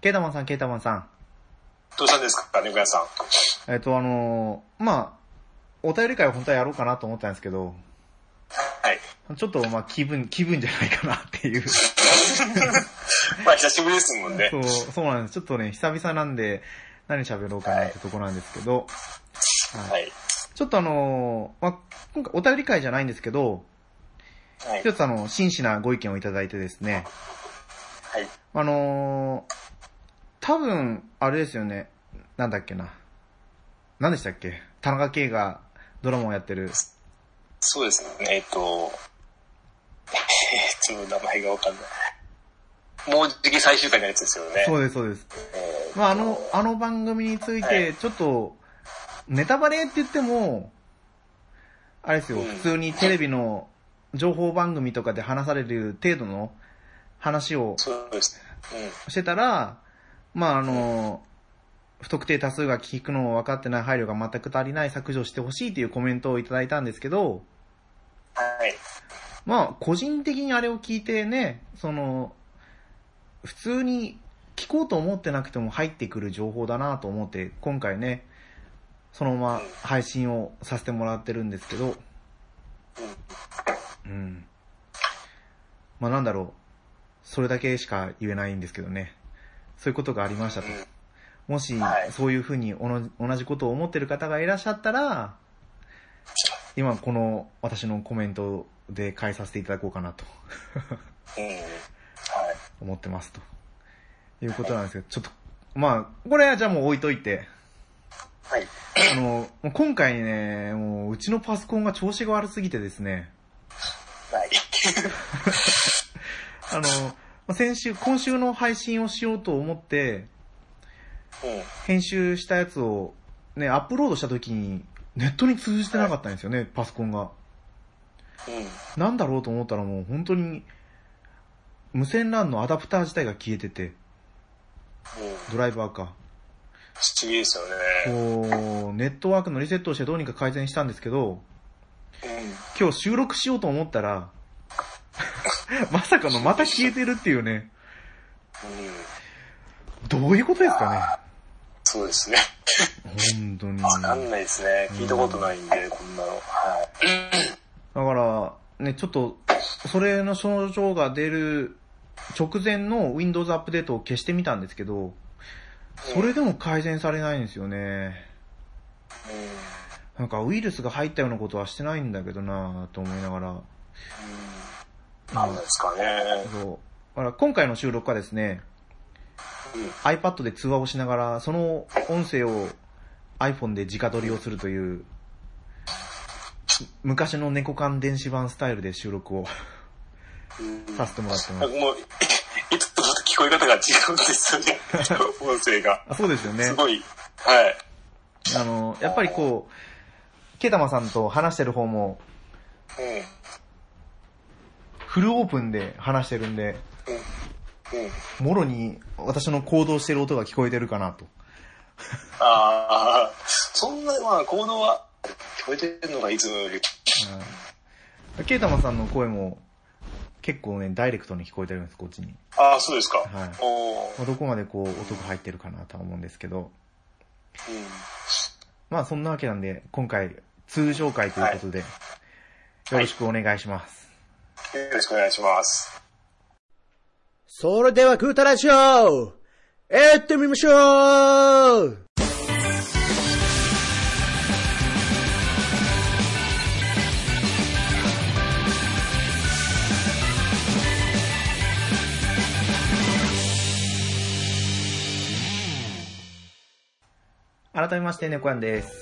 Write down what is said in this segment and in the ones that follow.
ケータマンさん、ケータマンさん。どうしたんですか、猫屋さん。えっと、あのーまあ、お便り会を本当はやろうかなと思ったんですけど、はい。ちょっと、まあ、気分、気分じゃないかなっていう。まあ、久しぶりですもんねそ。う、そうなんです。ちょっとね、久々なんで、何喋ろうかなってとこなんですけど、はい。ちょっとあのーまあ、今回お便り会じゃないんですけど、はい。一つあの、真摯なご意見をいただいてですね、はい。あのー、多分、あれですよね。なんだっけな。何でしたっけ田中圭がドラマをやってる。そうですね。えっ、と、 えっ、と、名前がわかんない。もうじき最終回のやつですよね。そうです、そうです。えーまあ、あの、あの番組についはて、ちょっと、ネタバレって言っても、あれですよ、うん普通にテレビの情報番組とかで話される程度の話をそうですね。してたら、まああの、不特定多数が聞くのを分かってない配慮が全く足りない削除してほしいというコメントをいただいたんですけど、うん。はい。まあ個人的にあれを聞いてね、その、普通に聞こうと思ってなくても入ってくる情報だなと思って、今回ね、そのまま配信をさせてもらってるんですけど、うん。まあなんだろう。それだけしか言えないんですけどね。そういうことがありましたとう。んもしは、いそういうふうにおの同じことを思ってる方がいらっしゃったら、今この私のコメントで返させていただこうかなとうん。はい。思ってますと。いうことなんですけど、ちょっと、まあ、これはじゃあもう置いといて、はい。あの、もう今回ね、もううちのパソコンが調子が悪すぎてですね、はい。あの、まあ先週、今週の配信をしようと思って、うん。編集したやつをね、アップロードした時に、ネットに通じてなかったんですよね、パソコンが。うん。なんだろうと思ったらもう本当に、無線 LAN のアダプター自体が消えてて、うん。ドライバーか。不思議ですよね。こう、ネットワークのリセットをしてどうにか改善したんですけど、うん。今日収録しようと思ったら、 まさかのまた消えてるっていうね、うん。どういうことですかそうですね。ね。本当に。わかんないですね。聞いたことないんで、こんなの。はだから、ね、ちょっと、それの症状が出る直前の Windows アップデートを消してみたんですけど、それでも改善されないんですよね。い。うん。うんなんかウイルスが入ったようなことはしてないんだけどなぁと思いながら。なんですかね。そう。だから今回の収録はですね、うん iPad で通話をしながら、その音声を iPhone で直撮りをするという、昔の猫缶電子版スタイルで収録をうん させてもらってますなん。かもう、いいつもと聞こえ方が違うんですよ ね。音声が。あそうですよねす。ごい。はい。あの、やっぱりこう、ケタマさんと話してる方も、フルオープンで話してるんで、うん。うん。もろに私の行動してる音が聞こえてるかなと。ああ、そんな、まあ、行動は、聞こえてるのがいつもより。うんケイタマさんの声も結構ね、ダイレクトに聞こえてるんです、こっちに。ああ、そうですか。はいおーまあ、どこまでこう、音が入ってるかなとは思うんですけど。うん。まあそんなわけなんで、今回、通常回ということで、よろしくお願いします。よろしくお願いします。それではクータラジオ行ってみましょう改めまして、猫やんです。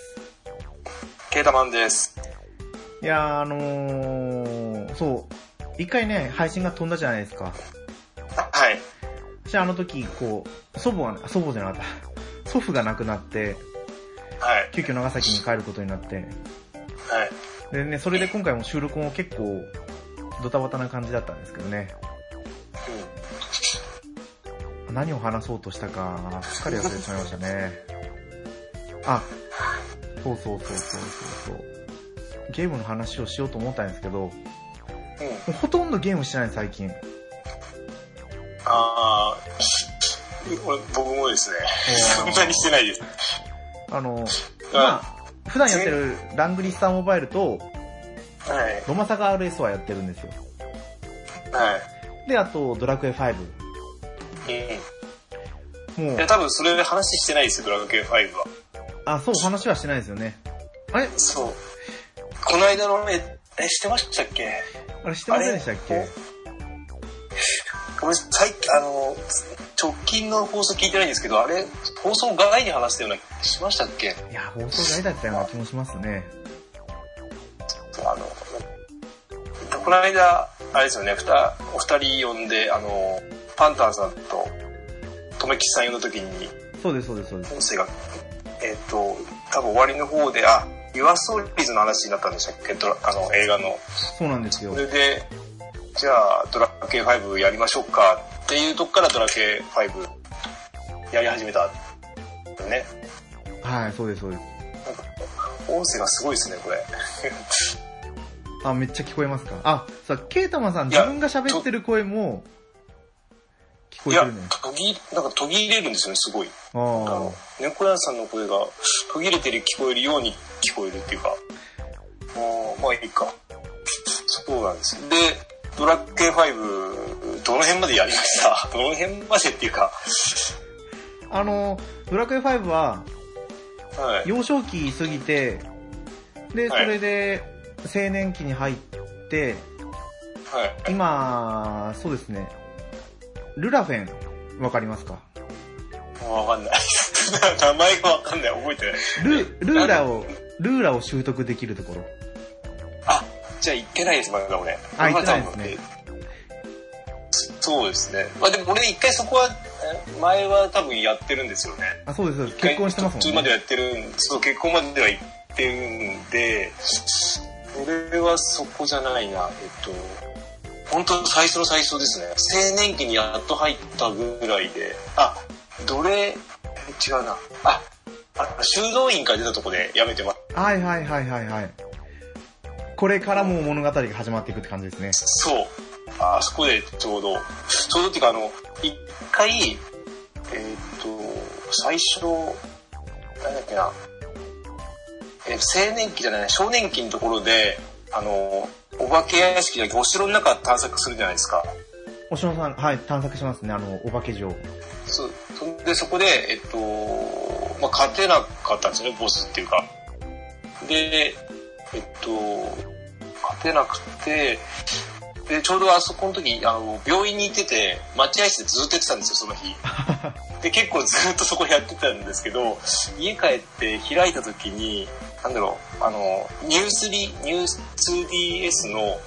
ケータマンです。いやー、あのー、そう、一回ね、配信が飛んだじゃないですか。はい。そしてあの時、こう、祖母が、祖母じゃなかった。祖父が亡くなって、はい。急遽長崎に帰ることになって、はい。でね、それで今回も収録も結構、ドタバタな感じだったんですけどね。何を話そうとしたか、すっかり忘れてしまいましたね。あ、そうそうそうそうそうそう。ゲームの話をしようと思ったんですけど、もうん。うん。うほとんどゲームしてない最近。ああ、俺僕もですね、そんなにしてないです。あの、あまあ、普段やってるラングリスターモバイルと、はい。ロマサガ RS はやってるんですよ。はい。で、あと、ドラクエ5。うん。もういや、、多分それ話してないですよ、ドラクエ5は。あ、そう、話はしてないですよね。あれそう。この間のね、え、してましたっけあれしてませんでしたっあけれごめん最近、あの、直近の放送聞いてないんですけど、あれ、放送外に話したような気しましたっけいや、放送外だったような気もしますね。あの、この間、あれですよね、ふたお二人呼んで、あの、パンタンさんと、とめきちさん呼んだ時に、そうです、そうです、そうです。音声が、えっ、と、多分終わりの方で、あ、ユアソーリーズの話になったんでしたっけドラあの、映画の。そうなんですよそ。れで、じゃあ、ドラクエ5やりましょうかっていうとこからドラクエ5やり始めた。ね。はい、そうです、そうです。なんか、音声がすごいですね、これ。あ、めっちゃ聞こえますかあ、さ、ケイタマさん、いや自分が喋ってる声も、聞こえいてやるね。、途切、なんか途切れるんですよね、すごい。ああーの、猫屋さんの声が途切れてる、聞こえるように聞こえるっていうか。あーまあいいか。そうなんです。で、ドラッケ5、どの辺までやりました どの辺までっていうか、あの、ドラクエ5は、はい。幼少期過ぎて、で、そはいれで、青年期に入って、はい。今、そうですね、ルラフェン、わかりますかわかんない。 名前がわかんない。覚えてない。ル、ルーラを、ルーラを習得できるところ。あ、じゃあ行ってないです、まだ俺。あ行ってないですね俺は多分。そうですね。まあでも俺一回そこは、え前は多分やってるんですよね。あ、そうです、そうです結婚してます途も中んまでね。やってるんそう、結婚までは行ってるんで、俺はそこじゃないな。えっと、本当最初の最初ですね。青年期にやっと入ったぐらいで、あ、奴隷、違うな。あ、あ修道院から出たとこでやめてます。はいはいはいはいはい。これからもう物語が始まっていくって感じですね。そう。あそこでちょうど、ちょうどっていうかあの、一回、えーっと、最初、なんだっけな、えー青年期じゃない、少年期のところで、あの、お化け屋敷じゃなくてお城の中探索するじゃないですか。おしのさん、はい、探索しますね、あの、お化け城。そう。そんで、そこで、えっと、まあ、勝てなかったんですよね、ボスっていうか。で、えっと、勝てなくて、で、ちょうどあそこの時、あの、病院に行ってて、待合室でずっとやってたんですよ、その日。で、結構ずっとそこやってたんですけど、家帰って開いた時に、なんだろう、あの、ニュースリ、ニュース 2DS の、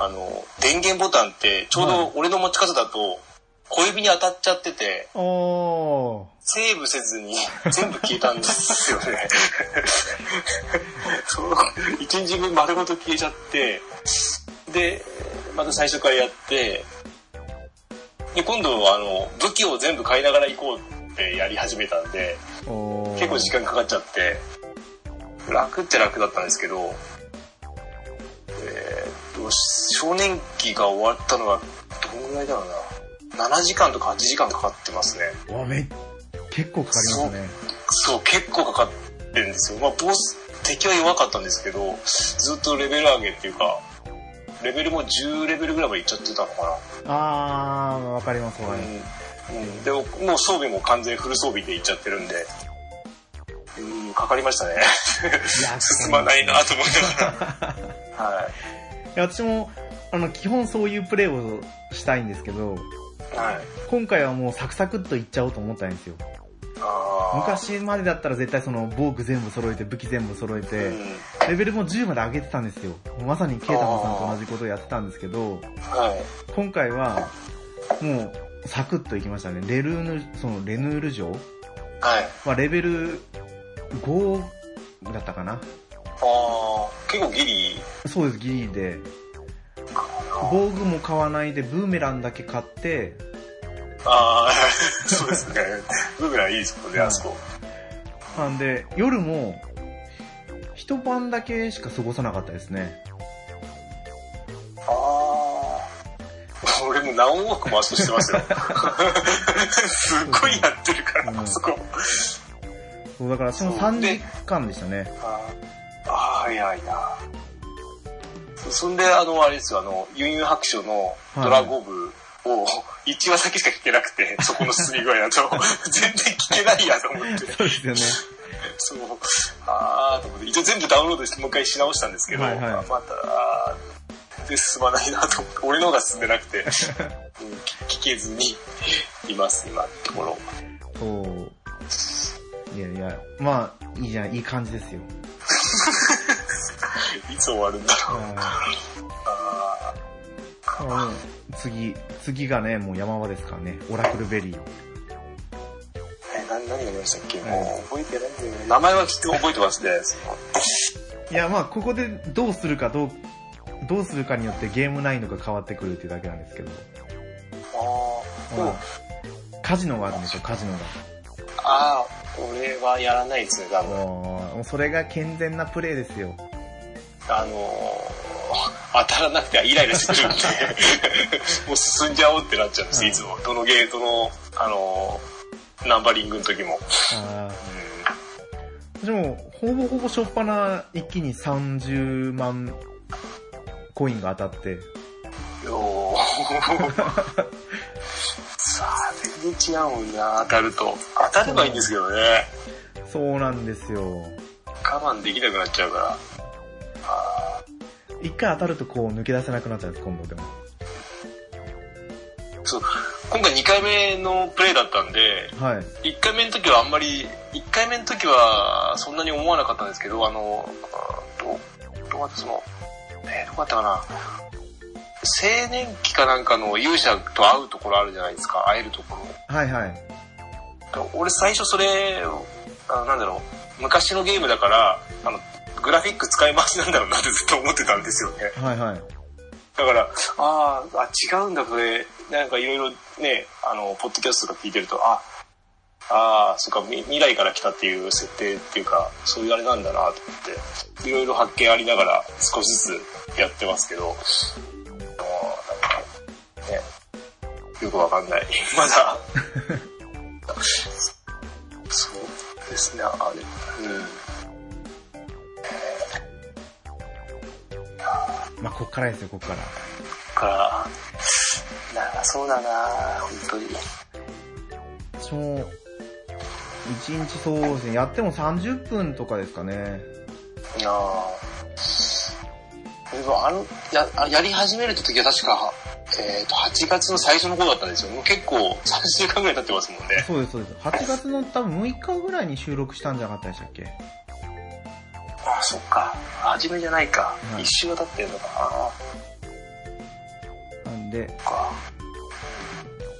あの、電源ボタンって、ちょうど俺の持ち方だと、小指に当たっちゃってて、おー。セーブせずに全部消えたんですよね。そう、一日分丸ごと消えちゃって、で、また最初からやって、で、今度はあの、武器を全部買いながら行こうってやり始めたんで、おー結構時間かかっちゃって、楽って楽だったんですけど、えーっと、少年期が終わったのはどのぐらいだろうな。7時間とか8時間かかってますね。わめ結構かかりますね。そう、結構かかってるんですよ。まあ、ボス、敵は弱かったんですけど、ずっとレベル上げっていうか、レベルも10レベルぐらいまでいっちゃってたのかあー、わかりますわな。かります。うん。うん、でも、もう装備も完全フル装備でいっちゃってるんで、うん、かかりましたね。 いや進まないなと思いなが ら。はいや私も、あの、基本そういうプレイをしたいんですけど、い。はい。今回はもうサクサクっといっちゃおうと思ったんですよ。あー。昔までだったら絶対その防具全部揃えて武器全部揃えうて、ん。レベルも10まで上げてたんですよ。まさにケイタマさんと同じことをやってたんですけど、はい。今回はもうサクッといきましたね。レルーヌ、そのレヌール城はい。はレベル5だったかなあー。結構ギリ。そうです、ギリで。防具も買わないで、ブーメランだけ買って、あー。 そうで すね。ブーメランいいですもんね、あそこ。なんで、夜も、一晩だけしか過ごさなかったですね。ああ。俺ももう何往復もあそこしてますよ。すっごいやってるから、うんあそこ。そう、だからそのそう3で時間でしたね。あーあー、早いな。そそんで、あの、あれですよ、あの、ユンユン白書のドラゴブを1話だけしか聞けなくて、そこの進み具合 だと、全然聞けないやと思って。そうですよね。そう、あーと思って、一応全部ダウンロードしてもう一回し直したんですけど、はいはいあまた、あーで進まないなと思って、俺の方が進んでなくて、うん聞聞けずにいます、今のところ。そう。いやいや、まあ、いいじゃん、いい感じですよ。いつ終わるんだろう。ああーまあもう次、次がね、もう山場ですからね。オラクルベリーを。ーえな何がありましたっけんもう覚えてないんだよね。名前はきっと覚えてますね。そのいや、まあ、ここでどうするかどう、どうするかによってゲーム内容が変わってくるっていうだけなんですけど。あーでまもあカジノがあるんですよ、カジノが。あー、俺はやらないですね、多分。もうもうそれが健全なプレイですよ。あのー当たらなくてはイライラしてくるんで、もう進んじゃおうってなっちゃうんです、うんいつも。どのゲートの、あのーナンバリングの時も。あうーでも、ほぼほぼしょっぱな一気に30万コインが当たって、ん。よーさあ、全然違うもんな、当たると。当たればいいんですけどね。そうなんですよ。我慢できなくなっちゃうから。あ一回当たるとこう抜け出せなくなっちゃうんです、今度でも。ーそう今回2回目のプレイだったんで、はい。 1回目の時はあんまり、1回目の時はそんなに思わなかったんですけど、あの、あどう、どうだったその、えーどうだったかな。青年期かなんかの勇者と会うところあるじゃないですか、会えるとこはいはい。ろ。俺最初それ、あなんだろう、昔のゲームだから、あの、グラフィック使い回しなんだろうなってずっと思ってたんですよね。はいはい。だから、あーあ、違うんだ、これ。なんかいろいろね、あの、ポッドキャストとか聞いてると、あ、ああ、そっか、み未来から来たっていう設定っていうか、そういうあれなんだなと思って、いろいろ発見ありながら少しずつやってますけど、もうなんかね、よくわかんない。 まだ。そうですね、あれ。うん。まあ、こっからですよ、こっから。から、なんかそうだな本当に。その、一日そうですね、やっても30分とかですかね。なあでもあのややり始める時は確か、えー、と8月の最初の頃だったんですよもう結構3週間ぐらい経ってますもんねそうです、そうです。8月の多分6日ぐらいに収録したんじゃなかったでしたっけああそっか初めじゃないか、うん一週は経ってるのかあなんで、あそっか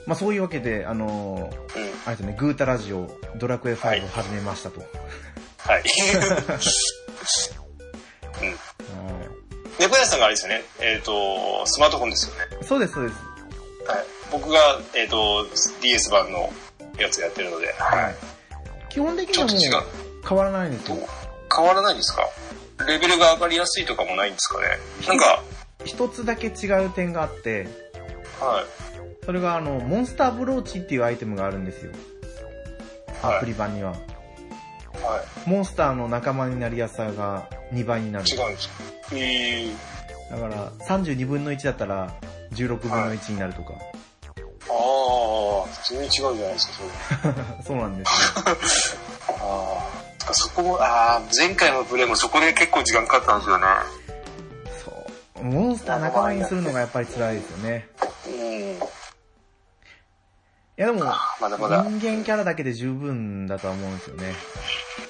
まあそういうわけで、あのーうんあれですね、グータラジオ、ドラクエ5を始めましたと。 はいは猫屋さんがあれですよねえっ、とスマートフォンですよねいそうです、そうです。はい僕が、えっと DS 版のやつやってるので、はい。基本的ちにょはっともう違う変わらないんですどよう。変わらないですかレベルが上がりやすいとかもないんですかねなんか一つだけ違う点があって、はいそれがあの、モンスターブローチっていうアイテムがあるんですよ。はいアプリ版には。はいモンスターの仲間になりやすさが2倍になる。違うんですかええだから、32分の1だったら、16分の1になるとか。ああ、全然違うじゃないですか、それ。そうなんですよ。ああ。そこも、ああ、前回のプレイもそこで結構時間かかったんですよね。そう。モンスター仲間にするのがやっぱり辛いですよね。うん。いやでも、まだまだ。人間キャラだけで十分だとは思うんですよね。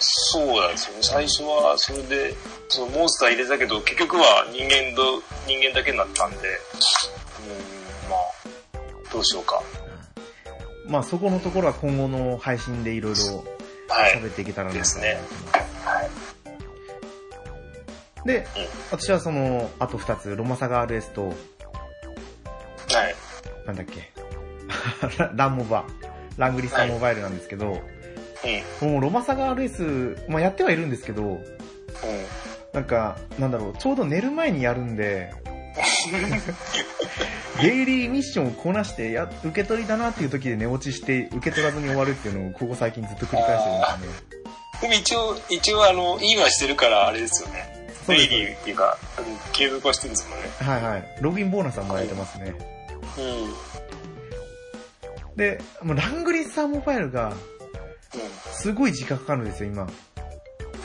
そうなんですよね。最初はそれで、そのモンスター入れたけど、結局は人間と、人間だけになったんで、うん、まあ、どうしようか。まあそこのところは今後の配信でいろいろはい。喋っていけたらなと思いでますすね。はい。で、私はその、あと2つ、ロマサガ RS と、はい。なんだっけ、 ラランモバ、ラングリスタモバイルなんですけど、もうロマサガ RS、まあやってはいるんですけど、うん。うん。 なんか、なんだろう、ちょうど寝る前にやるんで、デイリーミッションをこなしてや、受け取りだなっていう時で寝落ちして、受け取らずに終わるっていうのを、ここ最近ずっと繰り返してるんですね。でも一応、一応あの、いいはしてるから、あれですよね。そうでデイすリーっていうか、うん継続はしてるんですもんね。はいはい。ログインボーナスはもらえてますね。うん。うん。で、もうラングリッサーモバイルが、すごい時間かかるんですよ、今。あ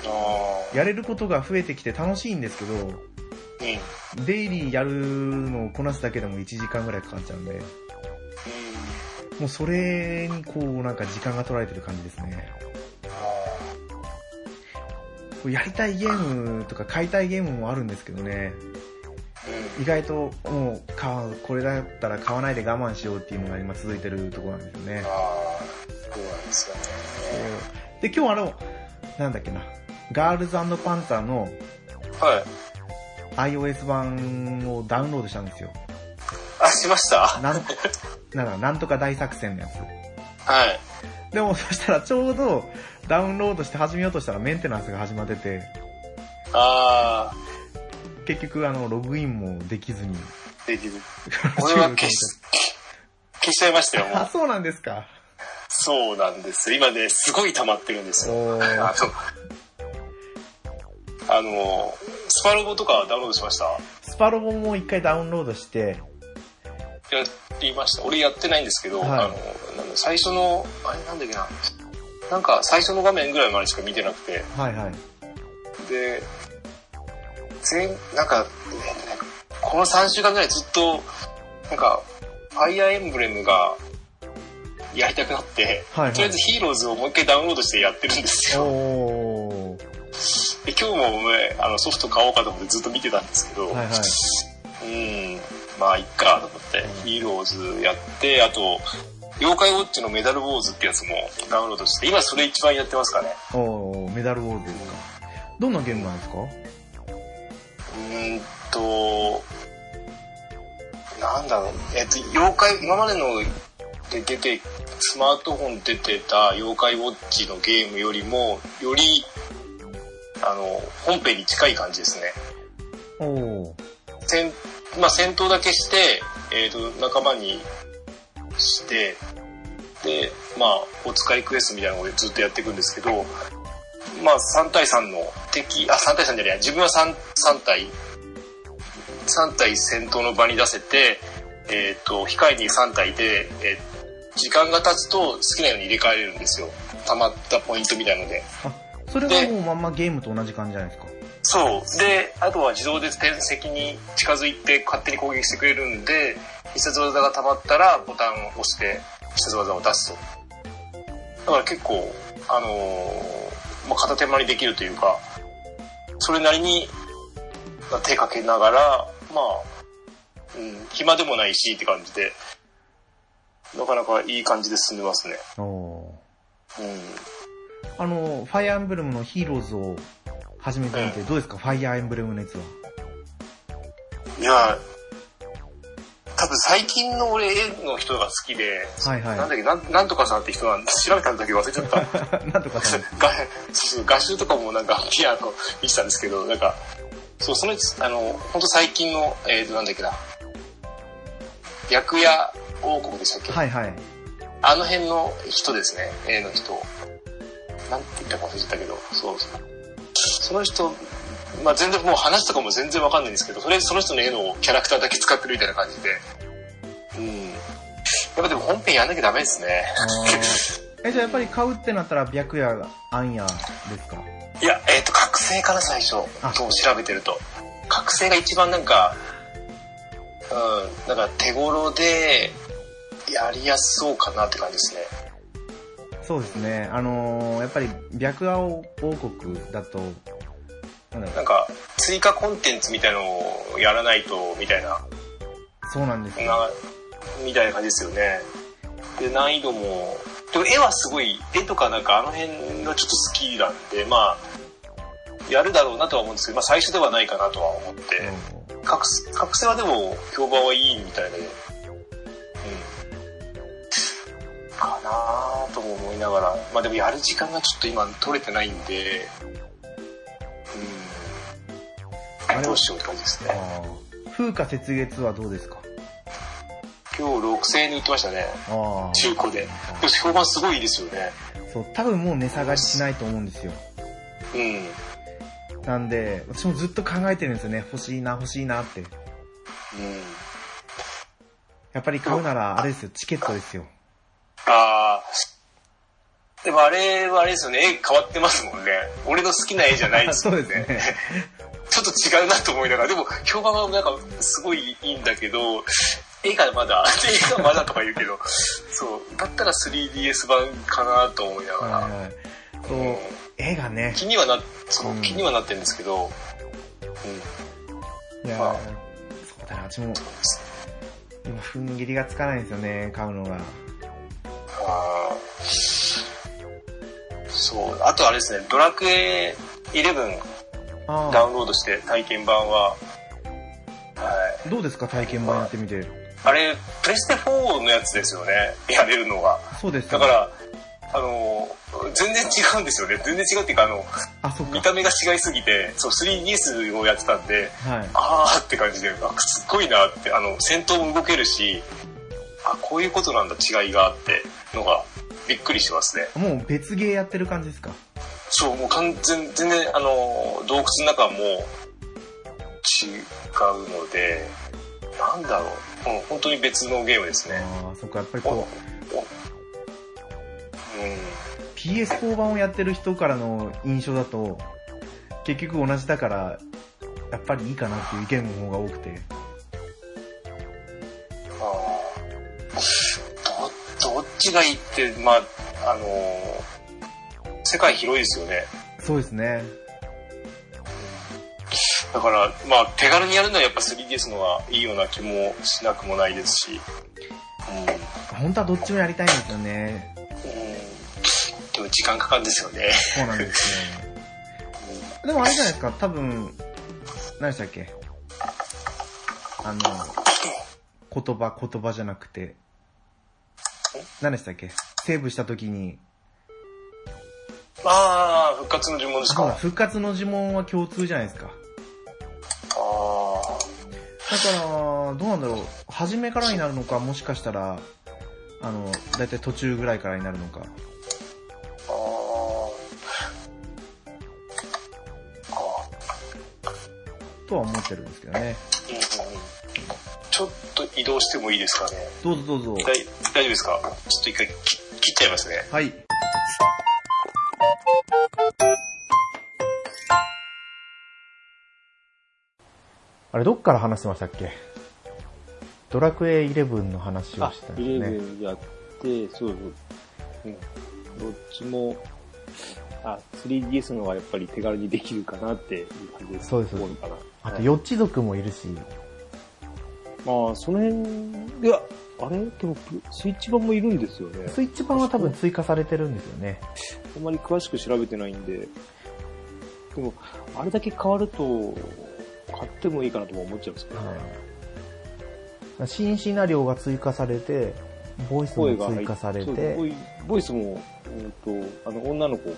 あ。やれることが増えてきて楽しいんですけど、うん。うん。デイリーやるのをこなすだけでも1時間ぐらいかかっちゃうんで、もうそれにこうなんか時間が取られてる感じですね。あこうやりたいゲームとか買いたいゲームもあるんですけどね、ーうん意外ともう買う、これだったら買わないで我慢しようっていうのが今続いてるところなんですよね。あーそうなんですよね。で、今日あの、なんだっけな、ガールズパンツァーのはい。 iOS 版をダウンロードしたんですよ。あ、しました なん、なんだ、なんとか大作戦のやつ。はい。でもそしたらちょうどダウンロードして始めようとしたらメンテナンスが始まってて、あ結局あの、ログインもできずに。ーできる。俺は消し、消しちゃいましたよ、もあ、 う。そうなんですか。そうなんですよ。今ね、すごい溜まってるんですよ。おーあの、あの、スパロボとかダウンロードしましたスパロボも一回ダウンロードして、やりました。俺やってないんですけど、はいあの、なんだ最初の、あれなんだっけな。なんか最初の画面ぐらいまでしか見てなくて、はいはい。で、全、なんか、えっとねこの3週間ぐらいずっと、なんか、ファイアーエンブレムが、やりたくなって、はいはいとりあえずヒーローズをもう一回ダウンロードしてやってるんですよ。おーで今日も、ね、あのソフト買おうかと思ってずっと見てたんですけど、はいはい。うん、まあ、いっか、と思って、ヒーローズやって、あと、妖怪ウォッチのメダルウォーズってやつもダウンロードして、今それ一番やってますかね。おーメダルウォーズですか。どんなゲームなんですかうーんと、なんだろう、えっと、妖怪、今までので出て、スマートフォンで出てた妖怪ウォッチのゲームよりも、より、あの、本編に近い感じですね。おー戦、まあ、戦闘だけして、えっ、と、仲間にして、で、まあ、お使いクエストみたいなのをずっとやっていくんですけど、まあ、3対3の敵、あ、3対3じゃない、自分は 3, 3対、3対戦闘の場に出せて、えっ、と、控えに3対で、えー時間が経つと好きなように入れ替えれるんですよ。溜まったポイントみたいので。あ、それがもうまんまゲームと同じ感じじゃないですか。そう。で、あとは自動で天石に近づいて勝手に攻撃してくれるんで、必殺技が溜まったらボタンを押して必殺技を出すと。だから結構、あのーまあ、片手間にできるというか、それなりにまあ手かけながら、まあ、うん、暇でもないしって感じで、なかなかいい感じで進んでますね。おーうん。あの、ファイアーエンブレムのヒーローズを始めてみて、どうですかファイアーエンブレムのやつは。いや、多分最近の俺絵の人が好きで、はいはいなんだっけなん、なんとかさんって人なんで、調べたんだけど忘れち ゃった。なんとかさん。がそうそう画集とかもなんか、ピアノ見てたんですけど、なんか、そう、そのうち、あの、ほんと最近の、えーと、なんだっけな、白夜王国でしたっけ、はいはい。あの辺の人ですね、絵の人。なんて言ったか忘れちゃったけど、そうそう。その人、まあ全然もう話とかも全然わかんないんですけど、とりあえずその人の絵のキャラクターだけ使ってるみたいな感じで。うん。やっぱでも本編やんなきゃダメですね。あーえ、じゃあやっぱり買うってなったら、白夜、暗夜ですかいや、えっ、と、覚醒かな、最初。あと調べてると。覚醒が一番なんか、うん、なんか手頃で、やりやすそうかなって感じですね。そうですね。あのー、やっぱり、白夜王国だと、なんだろなうんか、追加コンテンツみたいのをやらないと、みたいな。そうなんですよ。な、みたいな感じですよね。で、難易度も、でも絵はすごい、絵とかなんかあの辺がちょっと好きなんで、まあ、やるだろうなとは思うんですけど、まあ最初ではないかなとは思って、うん覚醒覚醒はでも評判はいいみたいで、うん。かなぁとも思いながら、まあでもやる時間がちょっと今取れてないんで、あうん。れどうしようって感じですね。あー風化雪月はどうですか今日6000円で売ってましたね。ああ。中古で。でも評判すごいいいですよね。そう、多分もう値下がりしないと思うんですよ。うん。なんで、私もずっと考えてるんですよね。欲しいな、欲しいなって。うん。やっぱり買うなら、あれですよ、チケットですよ。ああ。でもあれはあれですよね。絵変わってますもんね。俺の好きな絵じゃないです そもうんですね。ちょっと違うなと思いながら、でも評判はなんかすごいいいんだけど、絵がまだ、 絵がまだとか言うけど、そう、だったら 3DS 版かなと思いながはいら、はい。そう、絵がね。気にはな、そううん気にはなってるんですけど、いやーそうだな、私も、今、踏ん切りがつかないんですよね、買うのが。あーそう、あとあれですね、ドラクエ11あダウンロードして体験版は、はい。あ、どうですか、体験版やってみて。あれ、プレステ4のやつですよね、やれるのが。そうです。だか、ら、あの、全然違うんですよね。全然違うっていうか、あの、あ、そっ見か。た目が違いすぎて、そう、3DS をやってたんで、はい。あーって感じで、あすっごいなって、あの、戦闘も動けるし、あ、こういうことなんだ、違いがあって、のが、びっくりしますね。もう別ゲーやってる感じですか。そう、もう完全、全然、あの、洞窟の中も、違うので、なんだろう、うん、本当に別のゲームですね。ああ、そっか、やっぱりおこう、おうん、 PS4 版をやってる人からの印象だと、結局同じだから、やっぱりいいかなっていう意見の方が多くて。あーどどっちがいいって、まあ、あのー世界広いですよね。そうですね。だから、まあ、手軽にやるのはやっぱ 3DS の方がいいような気もしなくもないですし。うん。うん本当はどっちもやりたいんですよね。でも時間かかるんですよね。そうなんですね。でもあれじゃないですか、多分、何でしたっけあの、言葉、言葉じゃなくて、何でしたっけセーブした時に、ああ、復活の呪文ですほらか。復活の呪文は共通じゃないですか。だかああ。ら、どうなんだろう、初めからになるのか、もしかしたら、あの、だいたい途中ぐらいからになるのか。ああ。あとは思ってるんですけどね。ーうんうんうんちょっと移動してもいいですかね。どうぞどうぞ。大大丈夫ですかちょっと一回き切っちゃいますね。はい。あれ、どっから話してましたっけドラクエ11の話をあした、んイレですね。ブンやって、そうそう。うん。どっちも、あ、3DS の方がやっぱり手軽にできるかなっていう感じです。そうです思のかな。あと、はい四地族もいるし、まあ、その辺、いや、あれでも、プスイッチ版もいるんですよね。スイッチ版は多分追加されてるんですよね。あんまり詳しく調べてないんで。でも、あれだけ変わると、買ってもいいかなとも思っちゃいますけどね。うん新シナリオが追加されて、ボイスも声が入追っ加されそうてボ、イボイスも、うんと、あの、女の子、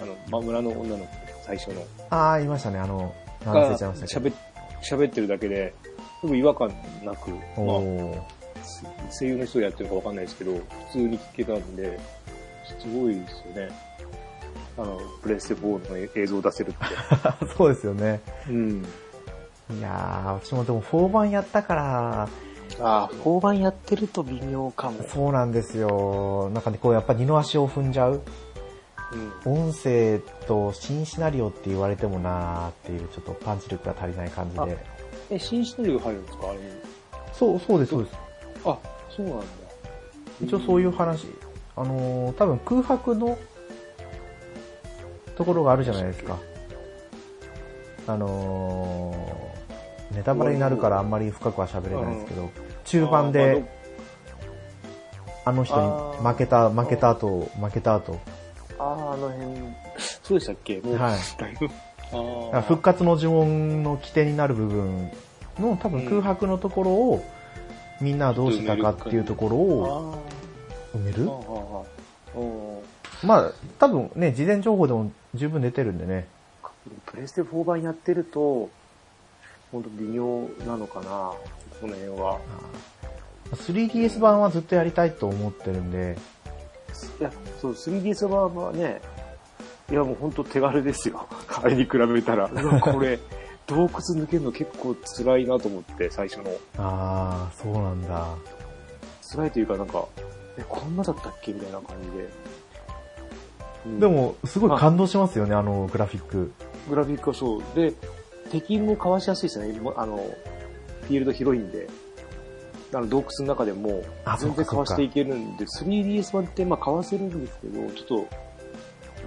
あの、ま村の女の子、最初の。ああ、いましたね、あの、忘がれちゃいましたけど。喋っ喋ってるだけで、でも違和感なく、まおーあ、声優の人がやってるかわかんないですけど、普通に聞けたんで、すごいですよね。あの、プレステ4の映映像を出せるっ そうですよね。て。うん。いやー、私もでも4番やったから、ああ、4番やってると微妙かも。そうなんですよ。なんかね、こうやっぱ二の足を踏んじゃう。うん。音声と新シナリオって言われてもなーっていう、ちょっとパンチ力が足りない感じで。え、新シナリオ入るんですかあれに。そう、そうです、そうです。あ、そうなんだ。一応そういう話。あのー、多分空白のところがあるじゃないですか。あのー、ネタバレになるからあんまり深くは喋れないですけど、中盤あーまあでどあの人に負けた、負けた後、負けた後、ああ、あの辺、そうでしたっけもう、はいだい ぶ。ああ。復活の呪文の起点になる部分の多分空白のところをみんなはどうしてたかっていうところあをー埋めあー。るああ。うんまあ多分ね、事前情報でも十分出てるんでね。プレステ4版やってると、ほんと微妙なのかな、この辺は。 3DS 版はずっとやりたいと思ってるんで、いや、そう、3DS 版はね、いやもうほんと手軽ですよ。 あれに比 べたら。うわこれ、洞窟抜けるの結構辛いなと思って、最初の。ああ、そうなんだ。辛いというかなんか、え、こんなだったっけみたいな感じで。うんで、も、すごい感動しますよね、あのグラフィック。グラフィックはそう。で、敵もかわしやすいですね。今あの、フィールド広いんで。あの、洞窟の中でも、あそうか全然かわしそてういけるんで、3DS 版って、まあ、かわせるんですけど、ちょっと、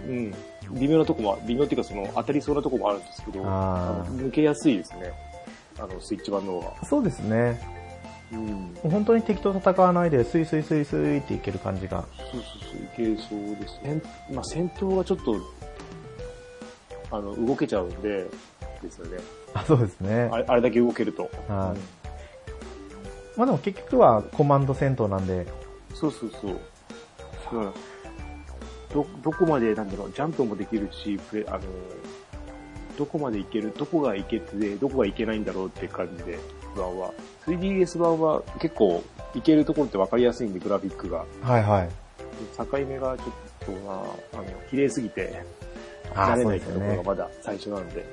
うん、微妙なとこも、微妙っていうか、その、当たりそうなとこもあるんですけど、あーあの抜けやすいですね。あの、スイッチ版の方が。そうですね。うん。もう本当に敵と戦わないで、スイスイスイスイっていける感じが。 そうそうそう、いけそうです。戦まあ、戦闘がちょっと、あの、動けちゃうんで、ですよね。あ、そうですね。あれあれだけ動けると。はういんまあでも結局はコマンド戦闘なんで、そうそうそう。うん、ど、どこまで、なんだろう、ジャンプもできるし、プレ、あのー、どこまでいける、どこがいけて、どこがいけないんだろうって感じで、版は。3DS 版は結構、いけるところってわかりやすいんで、グラフィックが。はいはい。境目がちょっとな、あの、綺麗すぎて、あ慣あ、れそうないっですてよところがね。まだ最初なんで。うん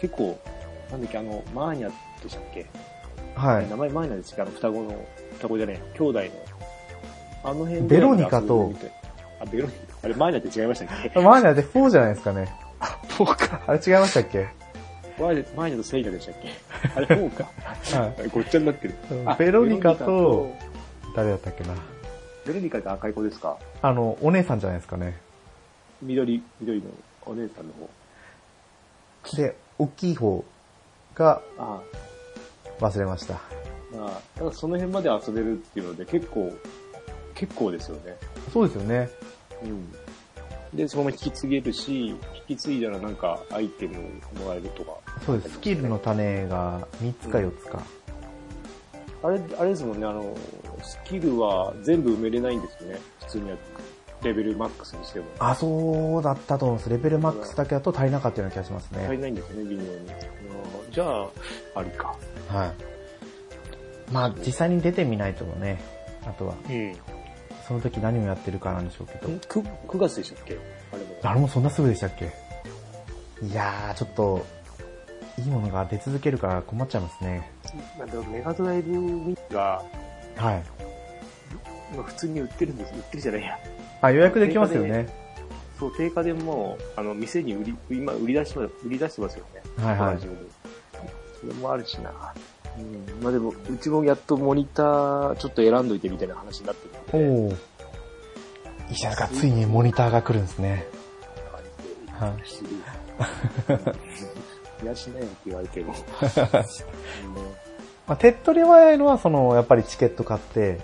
結構、なんだっけ、あの、マーニャでしたっけはい。名前前なんですけど、あの、双子の、双子じゃねえ、兄弟の。あの辺ベロニカとぐらいまで遊んでみたいあ、ベロニカ。あれ、前なんて違いましたっけマーニャって4じゃないですかね。フォーか。あれ違いましたっけ前で、前とセイナでしたっけあ れ、フォーか。はあれごっちゃになってる。あい。ベロニカと、、誰だったっけな。ベロニカって赤い子ですかあの、お姉さんじゃないですかね。緑、緑のお姉さんの方。で、大きい方があ忘れました。あ、まあ、ただその辺まで遊べるっていうので、結構、結構ですよね。そうですよね。うん。で、そのまま引き継げるし、引き継いだらなんかアイテムもらえるとか。そうです。スキルの種が3つか4つか。あれ、あれですもんね、あの、スキルは全部埋めれないんですよね。普通には、レベルマックスにしても。あ、そうだったと思うんです。レベルマックスだけだと足りなかったような気がします足りね。ないんですよね、微妙に。あーじゃあ、ありか。はい。まあ、実際に出てみないともね、あとは、うん。その時何をやってるかなんでしょうけど。 9, 9月でしたっけあれも。あれもそんなすぐでしたっけいやー、ちょっと、いいものが出続けるから困っちゃいますね。なんだろうメガドライブミニが、はい。まあ普通に売ってるんです。売ってるじゃないや。あ、予約できますよね。そう、定価でもう、あの、店に売り、今売り出してます、売り出してますよね。はいはい同じようにそれもあるしな。うん。まあでも、うちもやっとモニターちょっと選んどいてみたいな話になっておるんで。お。石田がついにモニターが来るんですね。はい。いやしないよって言われても。 まあ、手っ取り早いのは、その、やっぱりチケット買って、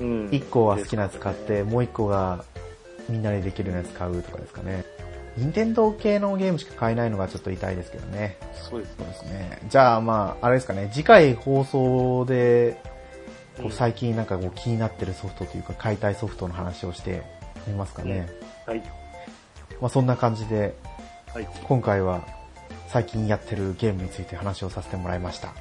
うん1個は好きなやつ買って、。もう1個がみんなでできるようなやつ買うとかですかね。任天堂系のゲームしか買えないのがちょっと痛いですけどね。そうですそうですね。じゃあまあ、あれですかね、次回放送で、こうんう最近なんかこう気になってるソフトというか解体ソフトの話をしてみますかね。はい。まあそんな感じで、はい。今回は最近やってるゲームについて話をさせてもらいました。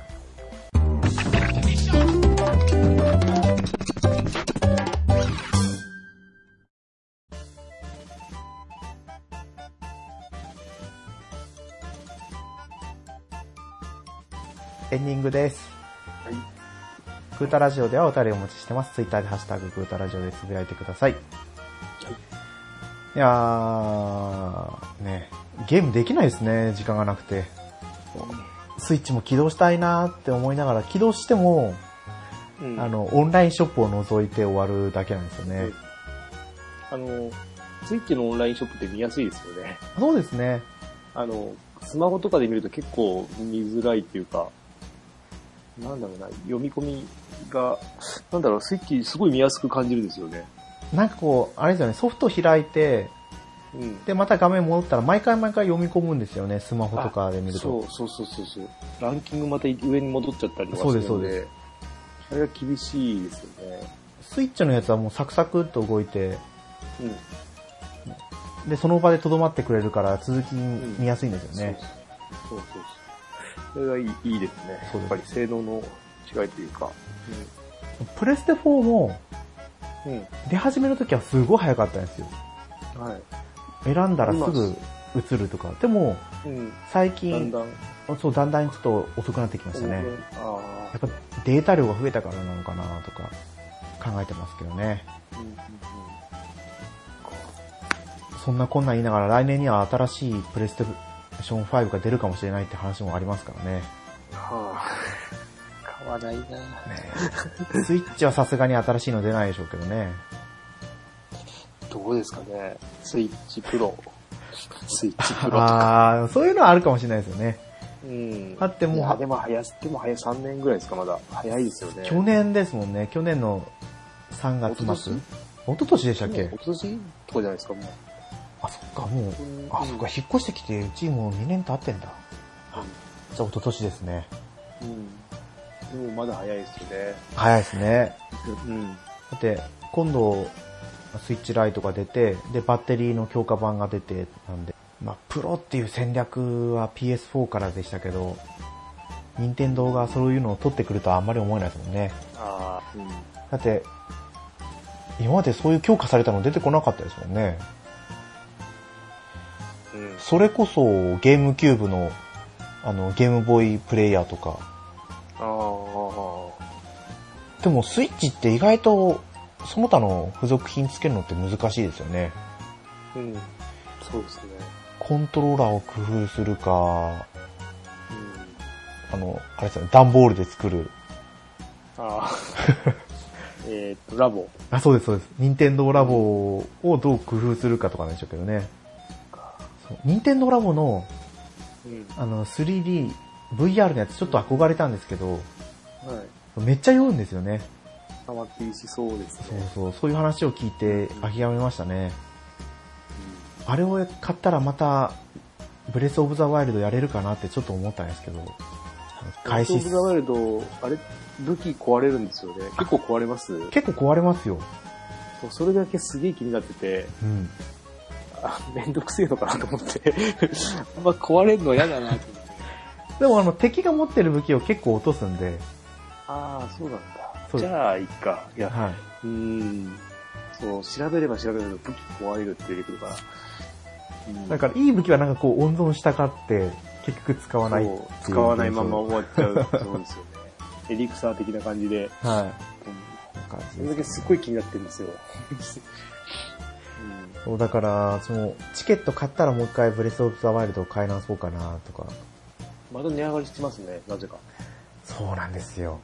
エンディングです。いグータラジオではお便りをお待ちしてます。ツイッターでハッシュタググータラジオでつぶやいてください。い、やー、ね、ゲームできないですね、時間がなくて。スイッチも起動したいなーって思いながら、起動しても、うんあ、の、オンラインショップを除いて終わるだけなんですよね。うんあの、スイッチのオンラインショップって見やすいですよね。そうですね。あの、スマホとかで見ると結構見づらいっていうか、なんだろうな、読み込みが、なんだろう、スイッチすごい見やすく感じるんですよね。なんかこう、あれですよね、ソフト開いて、うん。で、また画面戻ったら、毎回毎回読み込むんですよね、スマホとかで見るそと。うそうそうそうそう。ランキングまた上に戻っちゃったりとかそうするんでで。すそうであれは厳しいですよね。スイッチのやつはもうサクサクっと動いて、うん。で、その場で留まってくれるから、続き見やすいんですよね。そうそうそう。それがいいいいですね。そうですやっぱり性能の違いというか。プレステ4もうん。出始めの時はすごい早かったんですよ。はい。選んだらすぐ映るとか。でも、うん。最だん近だ、ん。そう、だんだんちょっと遅くなってきましたね。あやっぱデータ量が増えたからなのかなとか考えてますけどね。あ。うんうんうん。そんなこんな言いながら来年には新しいプレイステーション5が出るかもしれないって話もありますからね。は買わないなねスイッチはさすがに新しいの出ないでしょうけどね。どうですかね。スイッチプロ。スイッチプロ。 ああ、そういうのはあるかもしれないですよね。あ。うん。だっていもや、でう、も早す、でも早3年ぐらいですか、まだ。早いですよね。去年ですもんね。去年の3月一昨末年。一昨年でしたっもうけおととしとかじゃないですか、もう。あ、そっか、もう。あ、そっか、引っ越してきて、うちもう2年経ってんだ。じゃあ、一昨年ですね。うん。でもまだ早いですよね。早いですね。うん。だって、今度、スイッチライトが出て、で、バッテリーの強化版が出て、なんで、まあ、プロっていう戦略は PS4 からでしたけど、任天堂がそういうのを取ってくるとはあんまり思えないですもんね。ああ。うん。だって、今までそういう強化されたの出てこなかったですもんね。うん。それこそ、ゲームキューブの、あの、ゲームボーイプレイヤーとか、ああ。でもスイッチって意外とその他の付属品つけるのって難しいですよね。うん。そうですね。コントローラーを工夫するか、うん。あの、あれですよね、段ボールで作る。あ あ。えーっと、ラボ。あ、そうです、そうです。任天堂ラボをどう工夫するかとかなんでしょうけどね。そう任天堂ラボのうん。あの 3D、VR のやつちょっと憧れたんですけど、はい。めっちゃ酔うんですよね。たまっていしそうですそうね。そう、そういう話を聞いて諦めましたね。あれを買ったらまた、ブレスオブザワイルドやれるかなってちょっと思ったんですけど、開始ストーブザワイルド、あれ、武器壊れるんですよね。結構壊れます結構壊れますよ。そうそれだけすげえ気になってて、うん。あ、めんどくせえのかなと思って。 あんま壊れるの嫌だなと思って。でもあの敵が持ってる武器を結構落とすんで、ああ、そうなんだ。そうじゃあ、いっか。いや、はい。うーん。そう、調べれば調べるほど武器壊れるって出てくるから。うんだからいい武器はなんかこう温存したかって、結局使わないっていそうう。使わないままは終わっちゃう。そうですよ ね。エリクサー的な感じで、い。なんかそれだけすっごい気になってるんですよ。そうだから、その、チケット買ったらもう一回ブレスオブザワイルドを買い直そうかなとか。うん、まだ値上がりしてますね、なぜか。そうなんですよ。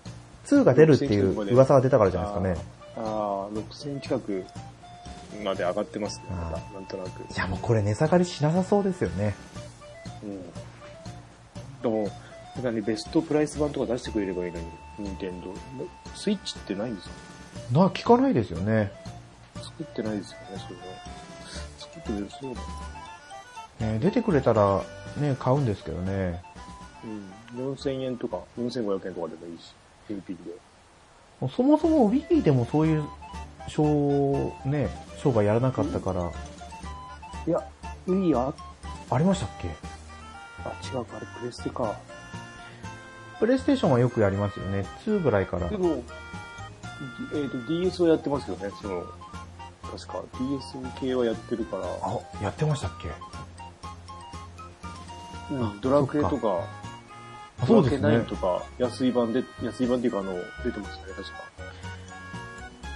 2が出るっていう噂が出たからじゃないですかね。ああ、6000近くまで上がってますね、まあだなんとなく。いやもうこれ値下がりしなさそうですよね。うん。でも、なんかね、ベストプライス版とか出してくれればいいのに、任天堂スイッチってないんですかな、聞かないですよね。作ってないですよね、それは。作ってくれるそうだ。ね出てくれたら、ね、買うんですけどね。うん。4000円とか、4500円とかでもいいし、返品で。もうそもそも Wii でもそういう商、ね、商売やらなかったから、いや、ウィーあ、ありましたっけあ、違うか、あれプレステか。プレイステーションはよくやりますよね。2ぐらいからで。も、えっ、と、DS をやってますよね、その、確か。DS 系はやってるから、あ、やってましたっけうん、ドラクエとか、あそドうラクでエすね9。とか、安い版で、安い版っていうか、あの、出てますよね、確か。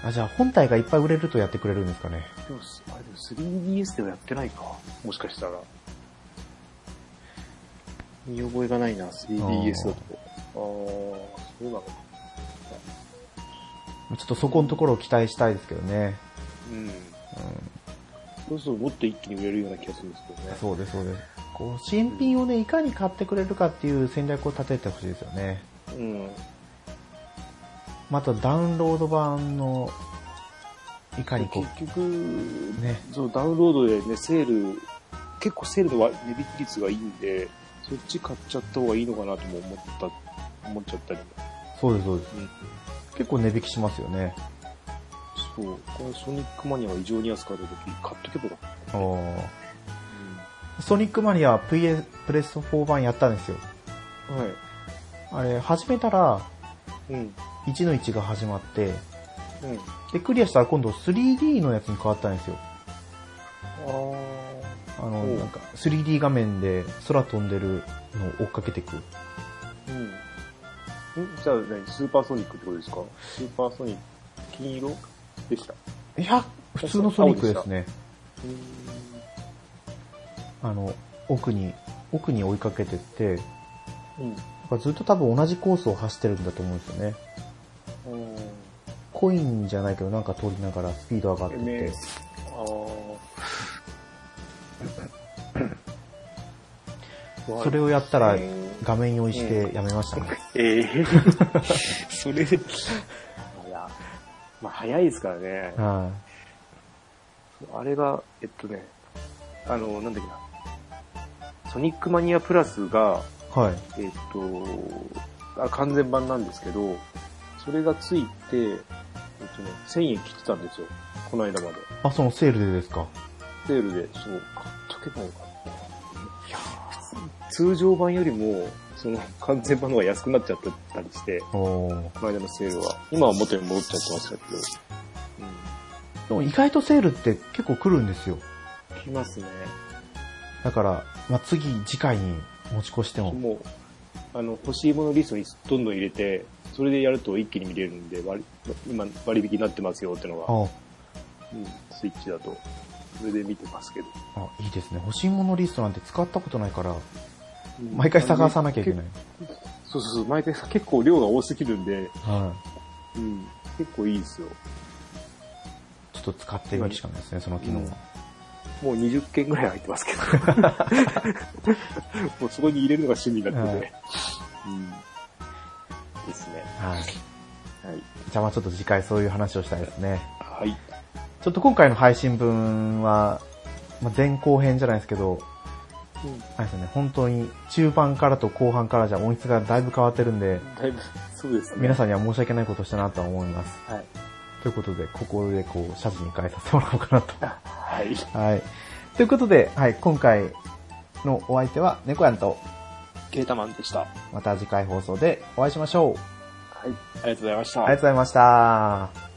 あ、じゃあ本体がいっぱい売れるとやってくれるんですかね。でも、あれでも 3DS ではやってないか。もしかしたら。見覚えがないな、3DS だと。あー、そうなのか。ちょっとそこのところを期待したいですけどね。うん。そうするともっと一気に売れるような気がするんですけどね。そうです、そうです。こう、新品をね、いかに買ってくれるかっていう戦略を立ててほしいですよね。うん。またダウンロード版の、いかにこ結局う、、ね。そう、ダウンロードでね、セール、結構セールの割値引き率がいいんで、そっち買っちゃった方がいいのかなとも思った、思っちゃったりも。そうです、そうですうん。結構値引きしますよね。そう、このソニックマニアは異常に安かった時、買っとけばよかっおソニックマニア PS プレスト4版やったんですよ。た。はい。あれ、始めたら、うん。 1の1が始まって、うん。あで、クリアしたら今度 3D のやつに変わったんですよ。あ。あの、おうなんか 3D 画面で空飛んでるのを追っかけていく。うん。じゃあ何スーパーソニックってことですかスーパーソニック、金色でした。いや、普通のソニックですね。あの、奥に、奥に追いかけてって、うん。だからずっと多分同じコースを走ってるんだと思うんですよね。うん。コインじゃないけどなんか通りながらスピード上がってって。 MS。ああ。それをやったらえー画面用意してやめましたね。ええ それで。いや、まあ早いですからね。はあれが、えっとね、あの、なんだっけな。ソニックマニアプラスが、い。はい。えっと、あ完全版なんですけど、それがついて、えっとね、1000円切ってたんですよ。この間まで。あ、そのセールでですか。セールで、そう、買っとけばよかった。いやー通常版よりも、その、完全版の方が安くなっちゃってたりして、おーこの間のセールは。今は元に戻っちゃってましたけど。でも意外とセールって結構来るんですよ。うん。来ますね。だから、まあ、次、次回に持ち越しても。もう、あの、欲しいものリストにどんどん入れて、それでやると一気に見れるんで、割今、割引になってますよってのが。あうん、スイッチだと。それで見てますけど。あ、いいですね。欲しいものリストなんて使ったことないから、毎回探さなきゃいけないい。。そうそうそう、毎回さ結構量が多すぎるんで、はうん、結構いいですよ。い。ちょっと使ってみるしかないですね、その機能は。もう20件ぐらい入ってますけど。もうそこに入れるのが趣味になってて。うん。ですね。はい。はい。じゃあまあちょっと次回そういう話をしたいですね。はい。ちょっと今回の配信分は、まあ、前後編じゃないですけど、あれですよね、本当に中盤からと後半からじゃ音質がだいぶ変わってるんで、だいぶ、そうですね。皆さんには申し訳ないことしたなとは思います。はい。ということで、ここでこう、謝辞に変えさせてもらおうかなと。はい。はい。ということで、はい、今回のお相手は猫やんと、ケータマンでした。はい。また次回放送でお会いしましょう。ありがとうございました。ありがとうございました。